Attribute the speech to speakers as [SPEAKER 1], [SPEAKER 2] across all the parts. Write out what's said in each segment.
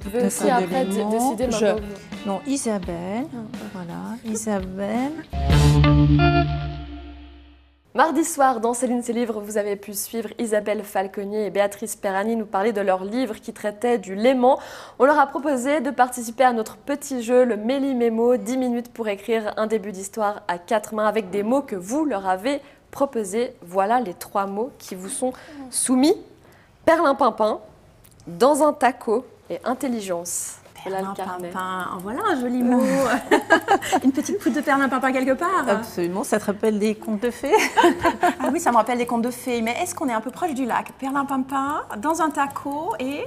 [SPEAKER 1] Vous pouvez aussi
[SPEAKER 2] Notre
[SPEAKER 1] après dé-
[SPEAKER 2] élément,
[SPEAKER 1] décider
[SPEAKER 2] je-
[SPEAKER 1] maintenant. que vous-
[SPEAKER 2] Non, Isabelle. Voilà, Isabelle.
[SPEAKER 1] Mardi soir, dans Céline ses livres, vous avez pu suivre Isabelle Falconier et Béatrice Perani nous parler de leur livre qui traitait du léman. On leur a proposé de participer à notre petit jeu, le Méli Mémo, 10 minutes pour écrire un début d'histoire à quatre mains avec des mots que vous leur avez proposés. Voilà les trois mots qui vous sont soumis. Perlimpinpin, dans un taco et intelligence. Voilà le carnet.
[SPEAKER 3] Perlimpinpin. Oh. En Voilà un joli mot. Une petite poudre de perlimpinpin quelque part.
[SPEAKER 2] Absolument, ça te rappelle des contes de fées
[SPEAKER 3] Ah oui, ça me rappelle des contes de fées. Mais est-ce qu'on est un peu proche du lac Perlimpinpin, dans un taco et...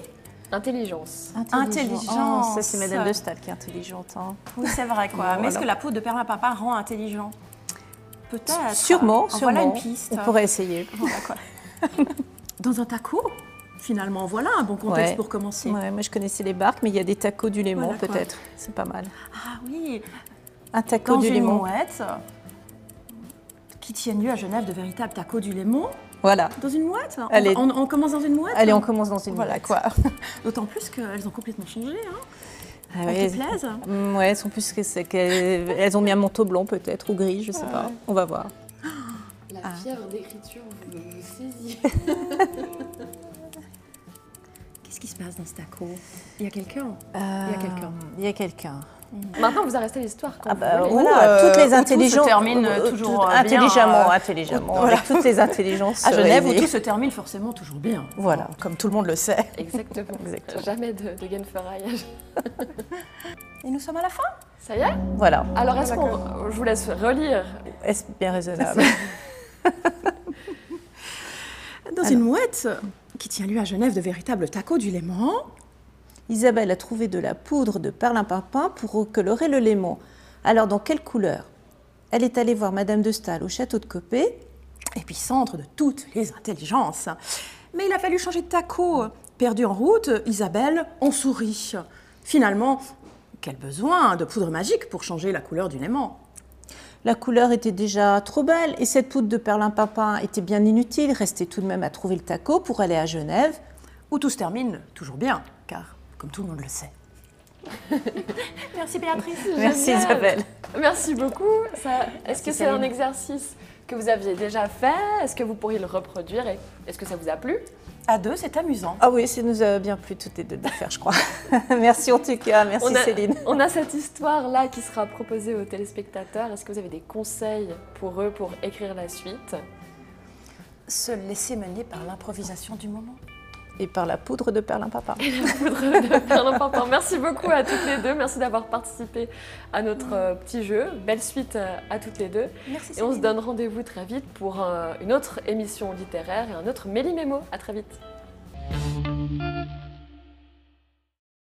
[SPEAKER 1] Intelligence.
[SPEAKER 3] Intelligence.
[SPEAKER 2] Oh, ça, c'est Madame de Staël qui est intelligente. hein.
[SPEAKER 3] Oui, c'est vrai quoi. Mais est-ce que la poudre de perlimpinpin rend intelligent Peut-être.
[SPEAKER 2] Sûrement,
[SPEAKER 3] En
[SPEAKER 2] sûrement.
[SPEAKER 3] Voilà une piste.
[SPEAKER 2] On pourrait essayer.
[SPEAKER 3] Voilà, quoi. dans un taco Finalement, voilà un bon contexte
[SPEAKER 2] Ouais.
[SPEAKER 3] pour commencer.
[SPEAKER 2] Ouais, moi, je connaissais les barques, mais il y a des tacos du Léman,
[SPEAKER 3] Voilà, quoi.
[SPEAKER 2] peut-être. C'est pas mal.
[SPEAKER 3] Ah oui,
[SPEAKER 2] Un taco
[SPEAKER 3] Quand
[SPEAKER 2] du
[SPEAKER 3] j'ai une
[SPEAKER 2] Léman.
[SPEAKER 3] mouette, qui tiennent lieu à Genève de véritables tacos du Léman.
[SPEAKER 2] Voilà.
[SPEAKER 3] Dans une mouette on,
[SPEAKER 2] Allez.
[SPEAKER 3] on- on commence dans une mouette
[SPEAKER 2] Allez,
[SPEAKER 3] hein
[SPEAKER 2] on commence dans une
[SPEAKER 3] Voilà,
[SPEAKER 2] minute.
[SPEAKER 3] quoi. D'autant plus qu'elles ont complètement changé. Hein.
[SPEAKER 2] Ah
[SPEAKER 3] Elles te
[SPEAKER 2] ouais.
[SPEAKER 3] plaisent
[SPEAKER 2] Mm, ouais, elles sont plus que c'est qu'elles elles ont mis un manteau blanc peut-être ou gris, je sais pas. On va voir.
[SPEAKER 4] La fièvre d'écriture vous vous saisit.
[SPEAKER 3] Qu'est-ce qui se passe dans ce taco Il y a quelqu'un
[SPEAKER 2] Il
[SPEAKER 3] y a quelqu'un.
[SPEAKER 2] Euh, Il y a quelqu'un.
[SPEAKER 1] Maintenant, vous arrêtez l'histoire. quand
[SPEAKER 2] Ah
[SPEAKER 1] vous
[SPEAKER 2] bah,
[SPEAKER 1] voulez.
[SPEAKER 2] ouh,
[SPEAKER 3] Voilà,
[SPEAKER 2] euh,
[SPEAKER 3] euh,
[SPEAKER 2] toutes les
[SPEAKER 3] où tout se
[SPEAKER 2] intelligences.
[SPEAKER 3] termine,
[SPEAKER 2] euh,
[SPEAKER 3] toujours,
[SPEAKER 2] tout-
[SPEAKER 3] euh, bien,
[SPEAKER 2] intelligemment,
[SPEAKER 3] euh,
[SPEAKER 2] intelligemment.
[SPEAKER 3] voilà.
[SPEAKER 2] Avec toutes les intelligences. euh,
[SPEAKER 3] À Genève, où
[SPEAKER 2] réunies.
[SPEAKER 3] tout se termine forcément toujours bien.
[SPEAKER 2] Voilà, comme tout le monde le sait.
[SPEAKER 1] Exactement.
[SPEAKER 2] Exactement.
[SPEAKER 1] Jamais de, de gainferaillage.
[SPEAKER 3] Et nous sommes à la fin
[SPEAKER 1] Ça y est
[SPEAKER 2] Voilà,
[SPEAKER 1] Alors, est-ce qu'on. Je vous laisse relire.
[SPEAKER 2] est-ce bien raisonnable
[SPEAKER 3] Dans une mouette qui tient lieu à Genève de véritables tacos du Léman.
[SPEAKER 2] Isabelle a trouvé de la poudre de perlimpinpin pour recolorer le léman. Alors, dans quelle couleur Elle est allée voir Madame de Staël au château de Copé.
[SPEAKER 3] épicentre de toutes les intelligences. Mais il a fallu changer de taco. Perdue en route, Isabelle en sourit. Finalement, quel besoin de poudre magique pour changer la couleur du léman
[SPEAKER 2] La couleur était déjà trop belle et cette poudre de perlimpinpin était bien inutile. Restait tout de même à trouver le taco pour aller à Genève.
[SPEAKER 3] Où tout se termine toujours bien, car comme tout le monde le sait. Merci Béatrice.
[SPEAKER 2] Merci
[SPEAKER 1] Génial.
[SPEAKER 2] Isabelle.
[SPEAKER 1] Merci beaucoup. Ça- Est-ce que c'est un
[SPEAKER 2] Céline.
[SPEAKER 1] exercice que vous aviez déjà fait Est-ce que vous pourriez le reproduire Et Est-ce que ça vous a plu
[SPEAKER 3] À deux, c'est amusant.
[SPEAKER 2] Ah oui, ça nous a bien plu toutes les deux de le faire, je crois. merci en tout cas, merci
[SPEAKER 1] on a,
[SPEAKER 2] Céline.
[SPEAKER 1] On a cette histoire-là qui sera proposée aux téléspectateurs. Est-ce que vous avez des conseils pour eux pour écrire la suite
[SPEAKER 3] Se laisser mener par l'improvisation du moment.
[SPEAKER 2] Et par la poudre de perlimpinpin.
[SPEAKER 1] Poudre de perlimpinpin. Merci beaucoup à toutes les deux. Merci d'avoir participé à notre euh, petit jeu. Belle suite euh, à toutes les deux.
[SPEAKER 3] Merci
[SPEAKER 1] Et on se
[SPEAKER 3] Céline.
[SPEAKER 1] donne rendez-vous très vite pour euh, une autre émission littéraire et un autre Méli Mémo. À très vite.